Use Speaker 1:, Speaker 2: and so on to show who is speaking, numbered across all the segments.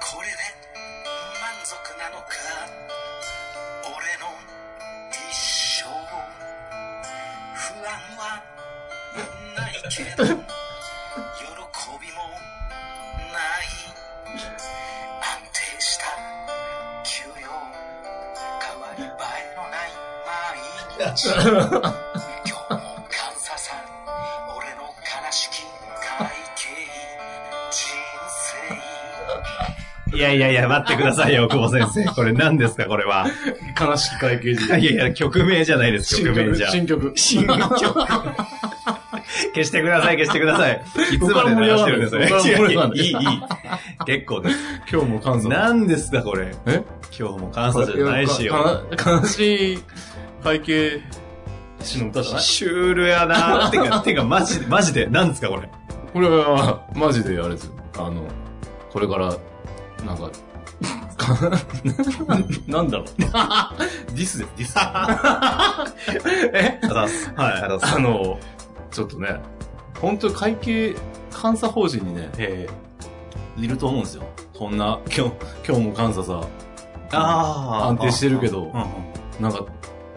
Speaker 1: これで満足なのか俺の一生不安はないけど喜びもない安定した給与変わり映えのない毎日今日も感謝さ俺の悲しき会計人生
Speaker 2: いやいやいや、待ってくださいよ、久保先生。これ何ですか、これは。
Speaker 3: 悲しき会計
Speaker 2: いや
Speaker 3: 時。
Speaker 2: いや、曲名じゃないです、
Speaker 3: 新
Speaker 2: 曲名
Speaker 3: 曲
Speaker 2: じゃ。
Speaker 3: 新曲。
Speaker 2: 新曲。消してください、消してください。いつまで流してるんです
Speaker 3: 僕は盛り上が
Speaker 2: か
Speaker 3: る
Speaker 2: いい、いい。結構です。
Speaker 3: 今日も感謝。
Speaker 2: 何ですか、これ。
Speaker 3: え
Speaker 2: 今日も感謝じゃないしよ。
Speaker 3: か悲しい会計士の歌じゃない
Speaker 2: シュールやなて か、てか、マジで、マジで、何ですか、これ。
Speaker 3: これは、マジであれですよ。あの、これから、なんか、か なんだろう。 ディスです、ディス。え
Speaker 2: あざっす。はい、あざっす。
Speaker 3: あの、ちょっとね、本当に会計監査法人にね、
Speaker 2: え
Speaker 3: いると思うんですよ。こんな、今日、今日も監査さ、
Speaker 2: あ
Speaker 3: 安定してるけ
Speaker 2: う
Speaker 3: ど
Speaker 2: んうん
Speaker 3: なんか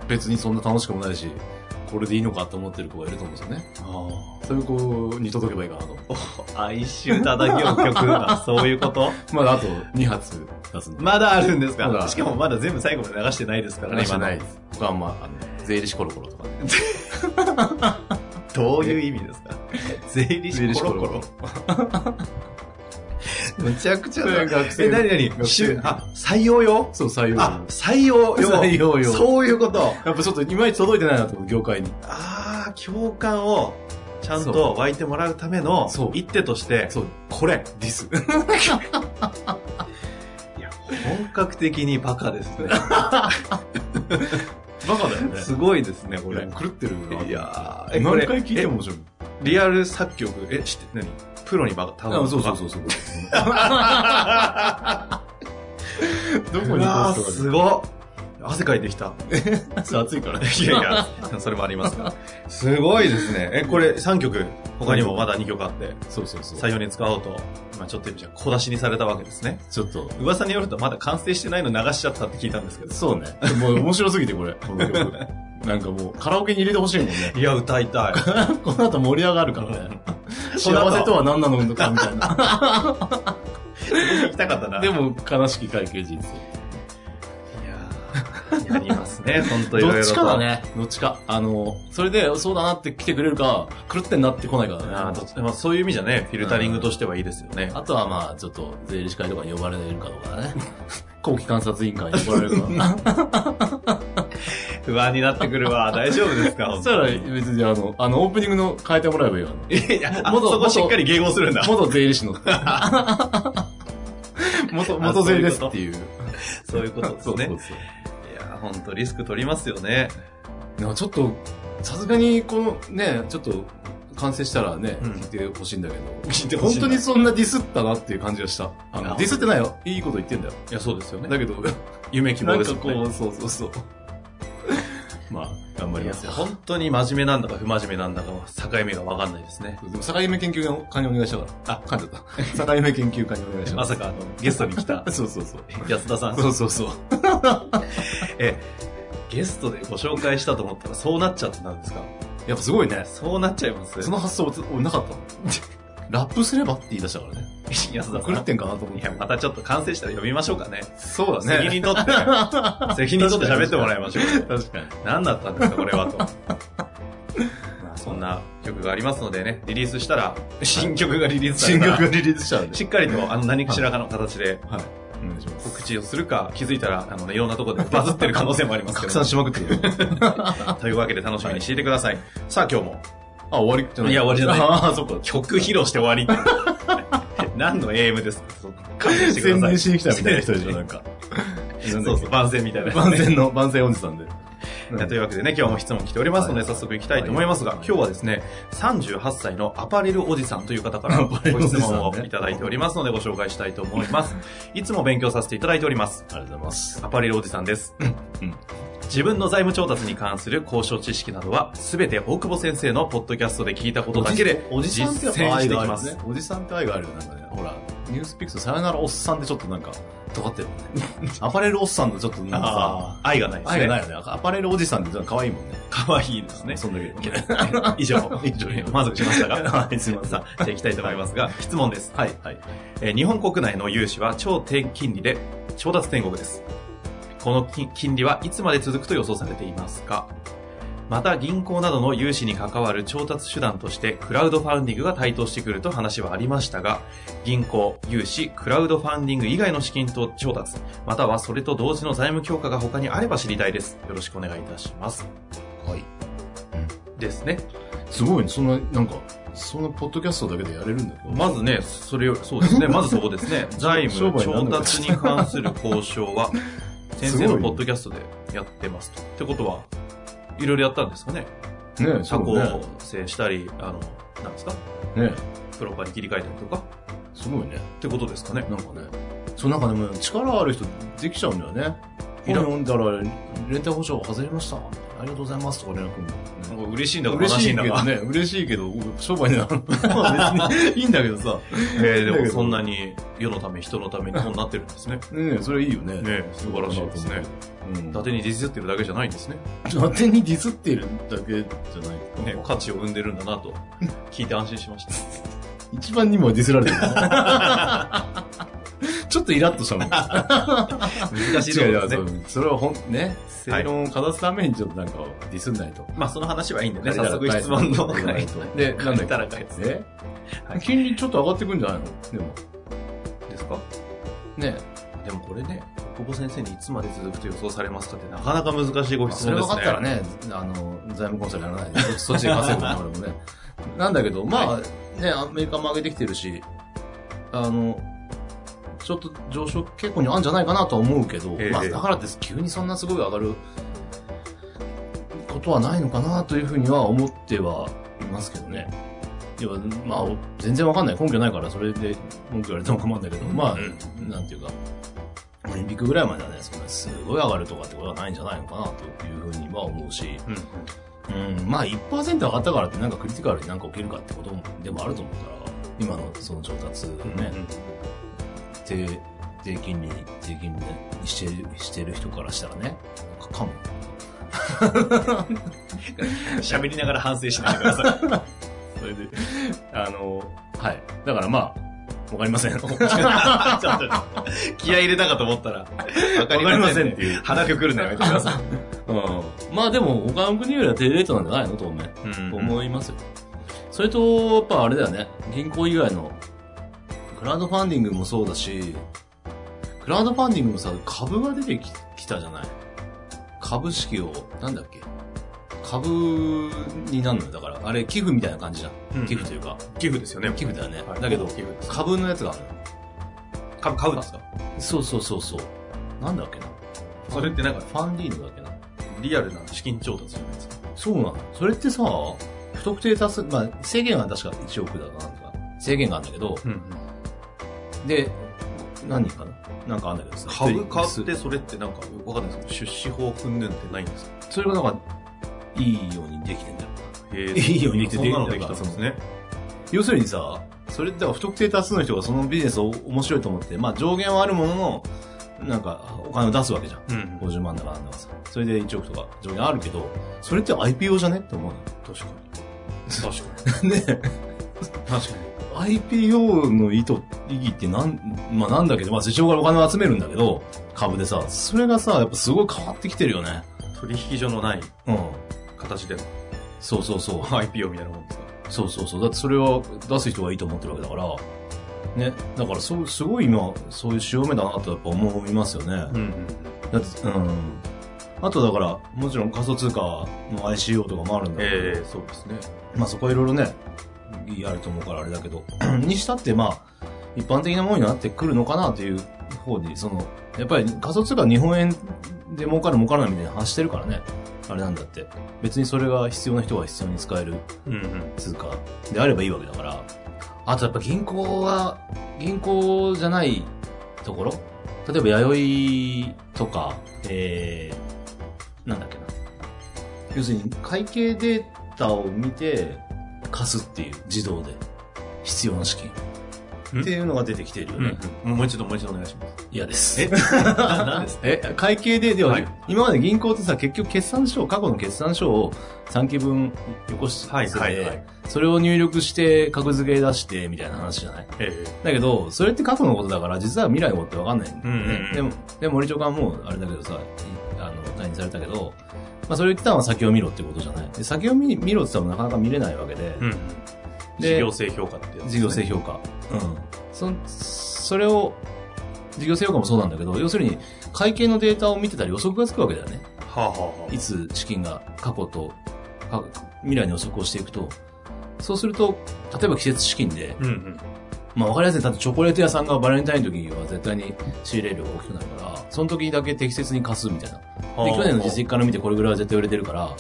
Speaker 3: 別にそんな楽しくもないし、これでいいのかと思ってる子がいると思うんですよね。そういう子に届けばいいかなと。
Speaker 2: 哀愁叩きの曲が、そういうこと
Speaker 3: まだあと2発出すんで。
Speaker 2: まだあるんです
Speaker 3: ま
Speaker 2: か
Speaker 3: だ
Speaker 2: しかもまだ全部最後まで流してないですからね、
Speaker 3: 話
Speaker 2: 今
Speaker 3: は
Speaker 2: の
Speaker 3: ないです。僕はあんま、あの、税理士コロコロとかね。
Speaker 2: どういう意味ですか税理士コロコロ。むちゃくちゃだ。
Speaker 3: 学
Speaker 2: え、なにな
Speaker 3: 学
Speaker 2: に
Speaker 3: 生
Speaker 2: しゅあ、採用用
Speaker 3: そう、採用。
Speaker 2: あ、採用用。
Speaker 3: 採用用
Speaker 2: そういうこと。
Speaker 3: やっぱちょっといまいち届いてないなと思う、業界に。
Speaker 2: ああ、共感をちゃん
Speaker 3: そ
Speaker 2: と湧いてもらうための
Speaker 3: そう
Speaker 2: 一手として、
Speaker 3: そう、
Speaker 2: これ、
Speaker 3: ディス。
Speaker 2: 本格的にバカ ですね。
Speaker 3: バカだよね。
Speaker 2: すごいですね、こ
Speaker 3: こ
Speaker 2: れ
Speaker 3: れ、。狂ってるな。
Speaker 2: いやー、え、こ
Speaker 3: 何
Speaker 2: れ、
Speaker 3: 回聞いて
Speaker 2: え
Speaker 3: も面白い。
Speaker 2: リアル作曲、え、知って、何プロにバカ、
Speaker 3: あ、そうそう
Speaker 2: う。
Speaker 3: そうそう。どこ
Speaker 2: う
Speaker 3: に
Speaker 2: わ
Speaker 3: ポ
Speaker 2: ー、
Speaker 3: ス
Speaker 2: す
Speaker 3: ト
Speaker 2: ごっ。汗かいてきた。
Speaker 3: がある暑いからね。
Speaker 2: いやいや、それもありますが。すごいですね。え、これ3曲、他にもまだ2曲あって、
Speaker 3: そうそうそう。
Speaker 2: 採用に使おうと、今ちょっとじゃ小出しにされたわけですね。
Speaker 3: ちょっと。
Speaker 2: 噂によるとまだ完成してないの流しちゃったって聞いたんですけど。
Speaker 3: そうね。もう面白すぎてこれ、こ の曲。なんかもうカラオケに入れてほしいもんね。
Speaker 2: いや、歌い たい。
Speaker 3: この後盛り上がるから ね。幸せとは何なのかみたいな。
Speaker 2: 行きたかったな。
Speaker 3: で、も、悲しき会計人
Speaker 2: いやーやりますね、ほんと
Speaker 3: 生。
Speaker 2: いろいろと。
Speaker 3: どっちかだ。ね。どっちか。あの、それで、そうだなって来てくれるか、狂ってんなって来ないから
Speaker 2: あー
Speaker 3: ね
Speaker 2: どっ。ちまあ、そういう意味じゃね、フィルタリングとしてはいいですよね。
Speaker 3: あとはまあ、ちょっと、税理士会とかに呼ばれるかどうかだね。 後期観察委員会に呼ばれる か。
Speaker 2: 不安になってくるわ。大丈夫ですか
Speaker 3: そしたら、別にあの、あの、オープニングの変えてもらえばいいわ。
Speaker 2: いや、あ
Speaker 3: 元
Speaker 2: そこしっかり迎合するんだ。
Speaker 3: 元税理士 の。元、元税ですっていう。
Speaker 2: そういうことですね。
Speaker 3: そう
Speaker 2: い
Speaker 3: そう
Speaker 2: や、ほんとリスク取りますよね。
Speaker 3: そうなんかちょっと、さすがに、このね、ちょっと、完成したらね、
Speaker 2: うん
Speaker 3: 聞いてほしいんだけど。
Speaker 2: 聞いてほ
Speaker 3: 本
Speaker 2: しいな
Speaker 3: 当にそんなディスったなっていう感じがした。あ
Speaker 2: あ
Speaker 3: のディスってないよ。いいこと言ってんだよ。
Speaker 2: いや、そうですよね。
Speaker 3: だけど、
Speaker 2: 夢希
Speaker 3: な
Speaker 2: 望
Speaker 3: ん
Speaker 2: です
Speaker 3: か
Speaker 2: よ
Speaker 3: こ
Speaker 2: ね。
Speaker 3: う、そうそうそう。まあ、頑張りますよ。
Speaker 2: 本当に真面目なんだか不真面目なんだかは境目がわかんないですね。
Speaker 3: でも、境目研究家にお願いしたから。あ、噛んじゃった。 境目研究家にお願いし
Speaker 2: ま
Speaker 3: ます。
Speaker 2: さかあの、ゲストに来 た
Speaker 3: そうそうそう。
Speaker 2: 安田さん。
Speaker 3: そうそうそう。
Speaker 2: え、ゲストでご紹介したと思ったらそうなっちゃったんですか
Speaker 3: やっぱすごいね。
Speaker 2: そうなっちゃいます
Speaker 3: その発想俺なかったの。 ラップすればって言い出したからね。
Speaker 2: 安田さん。
Speaker 3: 狂ってんかなと思っ
Speaker 2: い
Speaker 3: て
Speaker 2: や、。またちょっと完成したら呼びましょうかね。
Speaker 3: そうだ
Speaker 2: 責
Speaker 3: ね。
Speaker 2: 任取って、 責任取って喋ってもらいましょう。
Speaker 3: 確かに。
Speaker 2: 何だったんですか、これはと。まあ、そんな曲がありますのでね、リリースしたら、新曲がリリースされ
Speaker 3: 新
Speaker 2: たら、
Speaker 3: 曲リリースしたんで。
Speaker 2: しっかりと、あの、何かしらかの形で
Speaker 3: はい。お願いします。
Speaker 2: 告知をするか、気づいたら、あのね、いろんなところでバズってる可能性もありますけ
Speaker 3: 拡
Speaker 2: ど。
Speaker 3: 散しまくってる。
Speaker 2: というわけで楽しみにしていてください。さあ今日も、
Speaker 3: あ、終わりじゃない
Speaker 2: いや終わりじゃない
Speaker 3: ああ、そっか。
Speaker 2: 曲披露して終わ り。何の AM ですか勘弁してくだ
Speaker 3: 宣
Speaker 2: さ
Speaker 3: 伝
Speaker 2: い。
Speaker 3: しに来たみたいな人でしょ、なんか。
Speaker 2: そうそう、番宣みたいな。
Speaker 3: 万全の、万全おじさんで。
Speaker 2: いやというわけでね、今日も質問来ておりますので、
Speaker 3: はい
Speaker 2: 早速行きたいと思いますが、
Speaker 3: はい
Speaker 2: 今日はですね、38歳のアパレルおじさんという方からご
Speaker 3: パレルおじ
Speaker 2: 質
Speaker 3: さんね
Speaker 2: 問をいただいておりますので、ご紹介したいと思います。いつも勉強させていただいております。
Speaker 3: ありがとうございます。
Speaker 2: アパレルおじさんです。
Speaker 3: うん
Speaker 2: 自分の財務調達に関する交渉知識などは、すべて大久保先生のポッドキャストで聞いたことだけで
Speaker 3: おじ
Speaker 2: 実
Speaker 3: さ
Speaker 2: 践
Speaker 3: んって
Speaker 2: して
Speaker 3: や
Speaker 2: い
Speaker 3: っぱ愛
Speaker 2: き
Speaker 3: がある
Speaker 2: ま
Speaker 3: んです
Speaker 2: す
Speaker 3: ね。。おじさんって愛があるよね、なんかね。ほら、ニュースピックスさよならおっさんでちょっとなんか、尖ってるも んね。アパレルおっさんのちょっとなんか
Speaker 2: ああ、愛がないで
Speaker 3: さ、
Speaker 2: す
Speaker 3: 愛
Speaker 2: ね。
Speaker 3: がないよね。アパレルおじさんってちょっと可愛いもんね。
Speaker 2: 可愛いですね。
Speaker 3: そんだけ。
Speaker 2: 以上、以上、満足しましたが。
Speaker 3: はい、すいません。
Speaker 2: さあ、じゃあ行きたいと思いますが、質問です。
Speaker 3: はい、はい。
Speaker 2: えー日本国内の融資は超低金利で調達天国です。この金金利はいつまで続くと予想されていますかまた銀行などの融資に関わる調達手段としてクラウドファンディングが台頭してくると話はありましたが銀行、融資、クラウドファンディング以外の資金と調達またはそれと同時の財務強化が他にあれば知りたいですよろしくお願いいたします
Speaker 3: はい。
Speaker 2: ですね
Speaker 3: すごいね、そんな、なんか、そのポッドキャストだけでやれるんだよ。
Speaker 2: まずね、それより、そう ですね、まずそこですね、財
Speaker 3: 商
Speaker 2: 務
Speaker 3: 売にな
Speaker 2: 調
Speaker 3: ん
Speaker 2: 達
Speaker 3: のか
Speaker 2: に関する交渉 は、先
Speaker 3: すご
Speaker 2: 生
Speaker 3: い
Speaker 2: のポッドキャストでやってますと。ってことは、いろいろやったんですかね。
Speaker 3: ね
Speaker 2: 社
Speaker 3: そう
Speaker 2: 交
Speaker 3: ね。
Speaker 2: 制したり、あの、なんですか、
Speaker 3: ね
Speaker 2: プロパに切り替えたりとか、
Speaker 3: すごいね。
Speaker 2: ってことですかね。
Speaker 3: なんかね。そう、なんかでも、力ある人できちゃうんだよね。
Speaker 2: い
Speaker 3: 本
Speaker 2: ら
Speaker 3: 読んだら、連帯保証外れました。ありがとうございます。とか連絡
Speaker 2: な
Speaker 3: 来
Speaker 2: ん
Speaker 3: る
Speaker 2: か嬉しいんだ
Speaker 3: の。
Speaker 2: か
Speaker 3: 嬉
Speaker 2: 悲
Speaker 3: し
Speaker 2: しい
Speaker 3: い
Speaker 2: んだ
Speaker 3: けど
Speaker 2: か。
Speaker 3: ね、 嬉しいけど、商売にな るの。まあ別にいいんだけどさ。
Speaker 2: えー、でもそんなに世のため、人のために本になってるんですね。ね
Speaker 3: ねえ、それいいよね。
Speaker 2: え素晴らしいですね。
Speaker 3: うん。
Speaker 2: 伊
Speaker 3: だっ
Speaker 2: 達
Speaker 3: て、
Speaker 2: にディスってるだけじゃないんですね。
Speaker 3: 当てにディスってるだけじゃないか
Speaker 2: ね価値を生んでるんだな と、聞いて安心しました。
Speaker 3: 一番にもディスられてる。ちょっとイラッとした もん。
Speaker 2: 難しいとこ
Speaker 3: 違う
Speaker 2: ろで
Speaker 3: 違
Speaker 2: す
Speaker 3: う
Speaker 2: ね。
Speaker 3: それはほん、ね、
Speaker 2: はい
Speaker 3: 正論をかざすためにちょっとなんかディスんないと。
Speaker 2: まあ、その話はいいんでね、
Speaker 3: だ
Speaker 2: 早
Speaker 3: から
Speaker 2: 速質問の
Speaker 3: 変え
Speaker 2: 回
Speaker 3: たら変えたらで、なんだ
Speaker 2: たら
Speaker 3: っ
Speaker 2: 変え
Speaker 3: けえ、金利ちょっと上がってくんじゃないのでも。
Speaker 2: ですか
Speaker 3: ね
Speaker 2: でもこれね、久保先生にいつまで続くと予想されますかってなかなか難しいご質
Speaker 3: それ
Speaker 2: 問で
Speaker 3: 分
Speaker 2: す
Speaker 3: か
Speaker 2: ね。
Speaker 3: ったらね、あの、財務コンサルやらないで、そそっちで稼ぐね、俺もね。 なんだけど、まあ、ね、アメリカも上げてきてるし、あの、ちょっと上昇傾向にあるんじゃないかなとは思うけど、
Speaker 2: ええ
Speaker 3: まあ、だからって急にそんなすごい上がることはないのかなというふうには思ってはいますけどね。いや、まあ、全然わかんない。根拠ないから、それで文句言われても困るんだけど、まあ、なんていうか、オリンピックぐらいまではね、そんなすごい上がるとかってことはないんじゃないのかなというふうには思うし、
Speaker 2: うん。
Speaker 3: うん、まあ1%上がったからってなんかクリティカルになんか起きるかってことでもあると思うから、今のその調達ね、低、低金利、低金利にしてる、してる人からしたらね、かかも。
Speaker 2: 喋りながら反省し ないでください。
Speaker 3: それで、あの、はい。だからまあ、わかりま せん。わ
Speaker 2: ちょっと気合い入れたかと思ったら、わかりませんっていう。鼻くくるのやめてください。
Speaker 3: うん。まあでも、他の国よりは低レートなんじゃないの当面。
Speaker 2: うん
Speaker 3: 思いますよ。それと、やっぱあれだよね。銀行以外の、クラウドファンディングもそうだし、クラウドファンディングもさ、株が出てききたじゃない。株式を、なんだっけ株になるのよ。だから、あれ、寄付みたいな感じじゃ
Speaker 2: うん
Speaker 3: ん。寄付というか、
Speaker 2: 寄付ですよね。
Speaker 3: 寄付だよね。
Speaker 2: はい
Speaker 3: だけど
Speaker 2: 寄、付です。
Speaker 3: 株のやつがあるのよ
Speaker 2: 株買うんですか
Speaker 3: そうそうそうそう。なんだっけな。
Speaker 2: それってなんか
Speaker 3: ファンディーヌだっけな。
Speaker 2: リアルな資金調達じゃないですか。
Speaker 3: そうなの。それってさ、不特定多数、まあ、制限が確か1億だかなんか、制限があるんだけど、
Speaker 2: うん。
Speaker 3: で、何人かななんかあんだけどさ。
Speaker 2: 株買
Speaker 3: 一人
Speaker 2: ってそれってなんかわかんないですけど、出資法ふんぬんってないんですか
Speaker 3: それがなんか、いいようにできてんだよ。
Speaker 2: へえ
Speaker 3: いいよねって
Speaker 2: そんなのできたんですね。
Speaker 3: 要するにさ、それってだから不特定多数の人がそのビジネスを面白いと思って、まあ上限はあるものの、なんかお金を出すわけじゃん。
Speaker 2: うん。
Speaker 3: 50万だからなんだからさ。それで1億とか上限あるけど、それって IPO じゃねって思うの。
Speaker 2: 確かに。確か
Speaker 3: ね
Speaker 2: に。確かに。
Speaker 3: IPO の意図、意義ってなん、まあなんだけど、まあ市場からお金を集めるんだけど、株でさ、それがさ、やっぱすごい変わってきてるよね。
Speaker 2: 取引所のない
Speaker 3: うん。
Speaker 2: 形で
Speaker 3: そうそうそう。
Speaker 2: IPO みたいなもんですか
Speaker 3: そうそうそう。だってそれは出す人がいいと思ってるわけだから、ね。だからそう、すごい今、そういう潮目だなとやっぱ思いますよね。
Speaker 2: うんうん
Speaker 3: だって、うん。あとだから、もちろん仮想通貨の ICO とかもあるんだけど、
Speaker 2: ええそうですね
Speaker 3: まあそこはいろいろね、いいあると思うからあれだけど、 にしたってまあ、一般的なものになってくるのかなという方に、その、やっぱり仮想通貨日本円で儲かる儲からないみたいな話してるからね。あれなんだって。別にそれが必要な人は必要に使える
Speaker 2: うんうん
Speaker 3: 通貨であればいいわけだから。あとやっぱ銀行は、銀行じゃないところ例えば弥生とか、えー、なんだっけな。要するに会計データを見て貸すっていう、自動で。必要な資金。
Speaker 2: ん
Speaker 3: っていうのが出てきてるよね。
Speaker 2: うん、もう一度もう一度お願いします
Speaker 3: 嫌、です。
Speaker 2: え何です
Speaker 3: え、会計で、では、
Speaker 2: はい
Speaker 3: 今まで銀行ってさ、結局決算書、過去の決算書を3期分よこしてて、
Speaker 2: はいはいはい
Speaker 3: それを入力して、格付け出して、みたいな話じゃない
Speaker 2: え
Speaker 3: だけど、それって過去のことだから、実は未来のことってわかんないんだよ
Speaker 2: う
Speaker 3: ね。
Speaker 2: んうんうん
Speaker 3: でも、でも森長官も、あれだけどさ、いあの、何されたけど、まあ、それ言ってたのは先を見ろってことじゃない。で先を見見ろって言ったらなかなか見れないわけで、
Speaker 2: えうん
Speaker 3: で
Speaker 2: 事業性評価ってやつですね
Speaker 3: 事業性評価。うん。そ、それを、事業性評価もそうなんだけど、要するに、会計のデータを見てたら予測がつくわけだよね。
Speaker 2: はあ、はあはい
Speaker 3: つ資金が過去とか未来に予測をしていくと、そうすると、例えば季節資金で
Speaker 2: あ、、うんうん
Speaker 3: まあわかりやすい、だってチョコレート屋さんがバレンタインの時は絶対に仕入れ量が大きくなるから、その時だけ適切に貸すみたいな。で、去年の実績から見てこれぐらいは絶対売れてるから、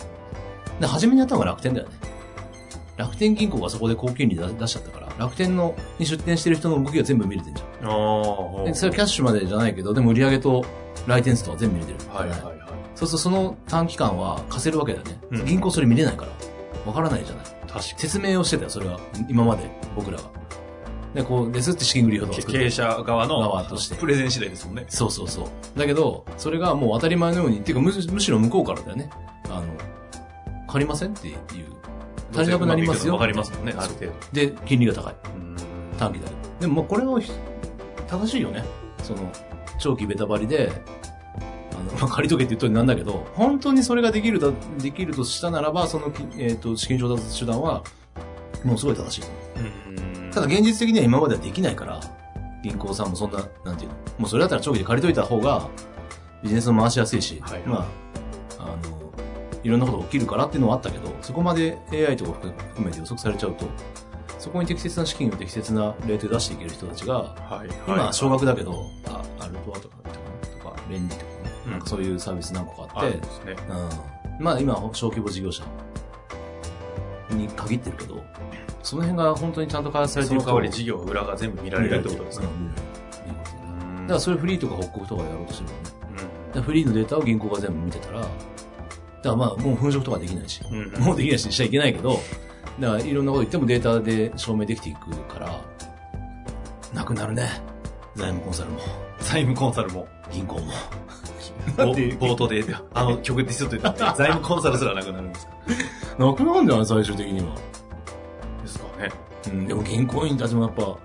Speaker 3: で、初めにやったのが楽天だよね。楽天銀行がそこで高金利出出しちゃったから、楽天のに出店してる人の動きが全部見れてんじゃ
Speaker 2: ああ
Speaker 3: ん。で、それはキャッシュまでじゃないけど、でも売り上げと来店数とか全部見れてる。
Speaker 2: はいはいはい
Speaker 3: そうするとその短期間は貸せるわけだよね。
Speaker 2: うん
Speaker 3: 銀行それ見れないから。わからないじゃない。
Speaker 2: 確かに
Speaker 3: 説明をしてたよ、それは。今まで、僕らが。で、こう、ですって資金繰りを
Speaker 2: け
Speaker 3: 作っ
Speaker 2: 経営
Speaker 3: て。
Speaker 2: 者側の
Speaker 3: 側として
Speaker 2: プレゼン次第ですもんね
Speaker 3: そうそうそう。だけど、それがもう当たり前のように、っていうかむし、むしろ向こうからだよね。あの、借りませんっていう。足りなくなりますよ。
Speaker 2: わかりますもんねある
Speaker 3: そう
Speaker 2: 程度
Speaker 3: で、金利が高い。
Speaker 2: うん
Speaker 3: 短期だけどでも、まあこれは、正しいよね。その、長期ベタバリで、あの、まあ、 借りとけって言っとるなんだけど、本当にそれができるだ、できるとしたならば、そのき、えっ、と、資金調達手段は、もうすごい正しいと思
Speaker 2: うん
Speaker 3: う。ただ現実的には今まではできないから、銀行さんもそんな、なんていうの、もうそれだったら長期で借りといた方が、ビジネスも回しやすいし、
Speaker 2: はい
Speaker 3: まあ、あの、いろんなことが起きるからっていうのはあったけど、そこまで AI とか含めて予測されちゃうと、そこに適切な資金を適切なレートで出していける人たちが、
Speaker 2: はい
Speaker 3: 今、少
Speaker 2: 学
Speaker 3: 額だけど、あアルトワとか、とか、レンジとかね、
Speaker 2: うん
Speaker 3: なんかそういうサービス何個かあ
Speaker 2: ある
Speaker 3: って
Speaker 2: ん、ですね
Speaker 3: うん。まあ今、小規模事業者に限ってるけど、その辺が本当にちゃんと開発されて
Speaker 2: そ
Speaker 3: る
Speaker 2: の
Speaker 3: と
Speaker 2: 代わり事業が裏が全部見られるってことですね。
Speaker 3: うん見られるいいことだね
Speaker 2: うん
Speaker 3: だからそれフリーとか北国とかでやろうとしてるよね。だか
Speaker 2: う
Speaker 3: らフリーのデータを銀行が全部見てたら、だからまあもう粉飾とかできないし、
Speaker 2: んうん
Speaker 3: もうできないししちゃいけないけど、だからいろんなこと言ってもデータで証明できていくから、なくなるね。財務コンサルも、
Speaker 2: 財務コンサルも、
Speaker 3: 銀行も。
Speaker 2: ぼ冒頭で、あの曲ディスっと 言って、財務コンサルすらなくなるんですか
Speaker 3: なくなるんじゃない最終的には。
Speaker 2: ですかね。
Speaker 3: うん、でも銀行員たちもやっぱ、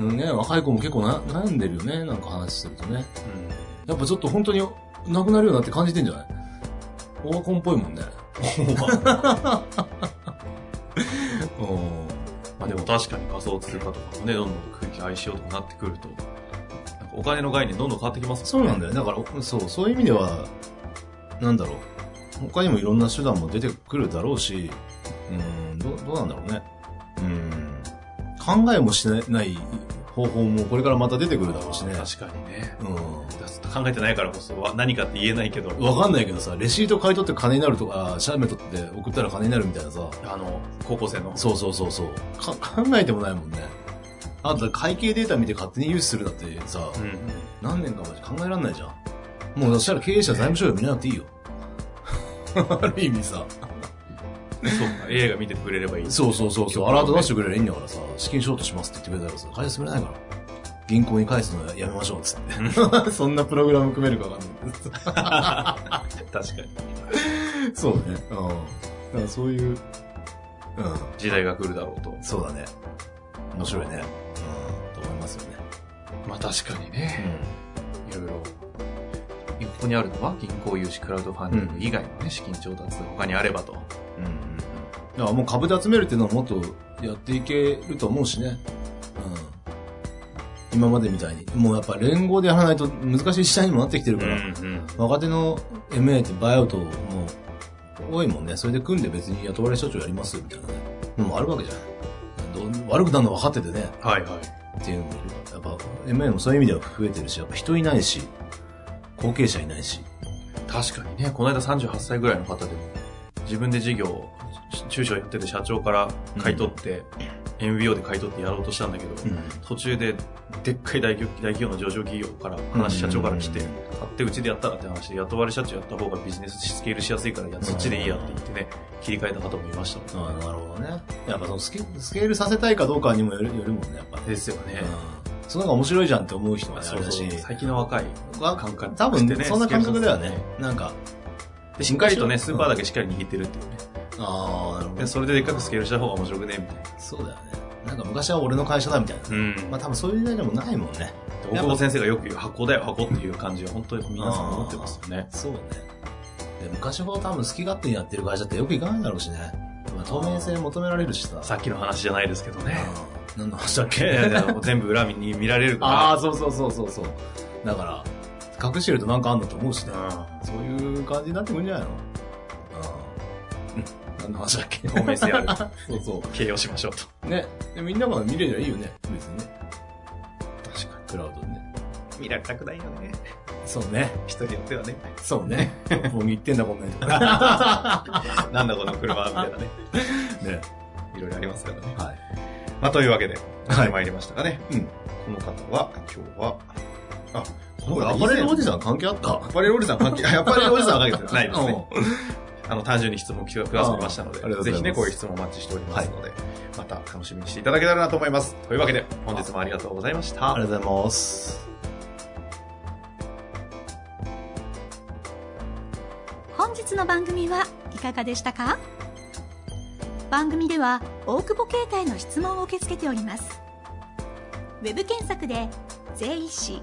Speaker 3: うんね、若い子も結構な悩んでるよね、なんか話するとね。やっぱちょっと本当になくなるようになって感じてんじゃないオワコンっぽいもんね。
Speaker 2: うん。ま
Speaker 3: うん。
Speaker 2: あでも確かに仮想通貨とかもね、どんどん空気 ICO とかなってくると、なんかお金の概念どんどん変わってきます
Speaker 3: そうなんだよ。だから、そう、そういう意味では、なんだろう。他にもいろんな手段も出てくるだろうし、うん、どうどうなんだろうね。うん。考えもしないない方法もこれからまた出てくるだろうしね。
Speaker 2: 確かにね。
Speaker 3: うん。
Speaker 2: だから考えてないからこそわ何かって言えないけど、
Speaker 3: わかんないけどさ、レシート買い取って金になるとか、あーシャーメットって送ったら金になるみたいなさ、
Speaker 2: あの、高校生の。
Speaker 3: そうそうそうそう、か考えてもないもんね。あんた会計データ見て勝手に融資するだってさ、
Speaker 2: うん。
Speaker 3: 何年か前じゃ考えらんないじゃん。もうそしたら経営者財務省より見なくていいよ。 ある意味さ、
Speaker 2: そうか、AI が見ててくれればいい。
Speaker 3: そうそうそうそう、アラート出してくれりゃいいんだからさ、資金ショートしますって言ってくれたらさ、会社進めないから。銀行に返すのやめましょうっつって。 そんなプログラム組めるかわかんないけどさ
Speaker 2: 確かに。
Speaker 3: そうね。うん。だからそういう、うん。
Speaker 2: 時代が来るだろうと。
Speaker 3: そうだね。面白いね。うん。と思いますよね。
Speaker 2: まあ確かにね。いろいろ。ここにあるのは銀行融資、クラウドファンディング以外のね、資金調達が他にあればと。
Speaker 3: うん。うん。だからもう株で集めるっていうのはもっとやっていけると思うしね。うん。今までみたいに。もうやっぱ連合でやらないと難しい試合にもなってきてる
Speaker 2: う
Speaker 3: か
Speaker 2: んう
Speaker 3: ら、
Speaker 2: ん。
Speaker 3: 若手の MA ってバイアウトも多いもんね。それで組んで別に雇われ所長やりますみたいなね。のもあるわけじゃない。どう悪くなるの分かっててね。
Speaker 2: はいはい。
Speaker 3: っていうのもいるからやっぱ MA もそういう意味では増えてるし、やっぱ人いないし、後継者いないし。
Speaker 2: 確かにね、この間38歳ぐらいの方でも、自分で事業を、し中小やってて社長から買い取って、MBO で買い取ってやろうとしたんだけど、途中ででっかい大企業大企業の上場企業から話、社長から来て、
Speaker 3: うん
Speaker 2: 買ってうちでやったらって話で、雇われ社長やった方がビジネススケールしやすいから、いやそっちでいいやって言ってね、切り替えた方もいましたもん
Speaker 3: ああ、なるほどね。やっぱそのスケスケールさせたいかどうかにもよるよるもんね、やっぱね。
Speaker 2: ですよね。
Speaker 3: うん、その方が面白いじゃんって思う人もねあ
Speaker 2: そ
Speaker 3: る
Speaker 2: うそ
Speaker 3: し
Speaker 2: う。最近の若い
Speaker 3: わ
Speaker 2: 感覚
Speaker 3: 多分、
Speaker 2: してね
Speaker 3: そんな感覚だよね
Speaker 2: スケールさ。
Speaker 3: なんか、
Speaker 2: で、しっかりと
Speaker 3: う
Speaker 2: ね、
Speaker 3: ん
Speaker 2: スーパーだけしっかり握ってるっていうね。
Speaker 3: ああ、なるほ
Speaker 2: で
Speaker 3: ど。
Speaker 2: それででっかくスケールした方が面白くね、みたいな。
Speaker 3: そうだよね。なんか昔は俺の会社だみたいな。
Speaker 2: うん。
Speaker 3: まあ多分そういう時代でもないもんね。
Speaker 2: 大久保先生がよく言う箱だよ、箱っていう感じは本当に皆さん思ってますよね。
Speaker 3: そうね。で昔ほど多分好き勝手にやってる会社ってよくいかないだろうしね。まあ透明性求められるしさ。
Speaker 2: さっきの話じゃないですけどね。
Speaker 3: うん何の話だっ
Speaker 2: い やい
Speaker 3: け
Speaker 2: や全部裏に見られる
Speaker 3: あ
Speaker 2: か
Speaker 3: あ、そうそうそうそうそう。だから、隠してるとなんかあんだと思うし ね。
Speaker 2: ら、
Speaker 3: そういう感じになってくるんじゃないのうん。何の話だっけ
Speaker 2: うん透明性ある。
Speaker 3: そうそ
Speaker 2: 形容しましょうと。
Speaker 3: う。ね。でみんなが見れりゃいいよね。別にね。
Speaker 2: 確か
Speaker 3: クラウドでね。
Speaker 2: に。見られたくないよね。
Speaker 3: そうね。
Speaker 2: 人によってはね。
Speaker 3: そうね。 もう言ってんだこんなにとか。
Speaker 2: なんだこの車みたいなね。
Speaker 3: ね。
Speaker 2: いろいろありますからね。
Speaker 3: はい。
Speaker 2: まあ、というわけで、
Speaker 3: はい
Speaker 2: 参りましたかね。
Speaker 3: うん
Speaker 2: この方は、今日は、あ、
Speaker 3: これ、アパレルおじさん関係あった
Speaker 2: アパレルおじさん関係、あアパレルおじさんは関係ないですね。
Speaker 3: うん
Speaker 2: あの、単純に質問をくださいましたの
Speaker 3: あありがと
Speaker 2: で、
Speaker 3: うござ
Speaker 2: ぜ
Speaker 3: います
Speaker 2: ひね、こういう質問お待ちしておりますので、また楽しみにしていただけたらなと思います。というわけで、本日もありがとうございました。
Speaker 3: ありがとうございます。
Speaker 4: 本日の番組はいかがでしたか番組では大久保携帯の質問を受け付けておりますウェブ検索で「税理士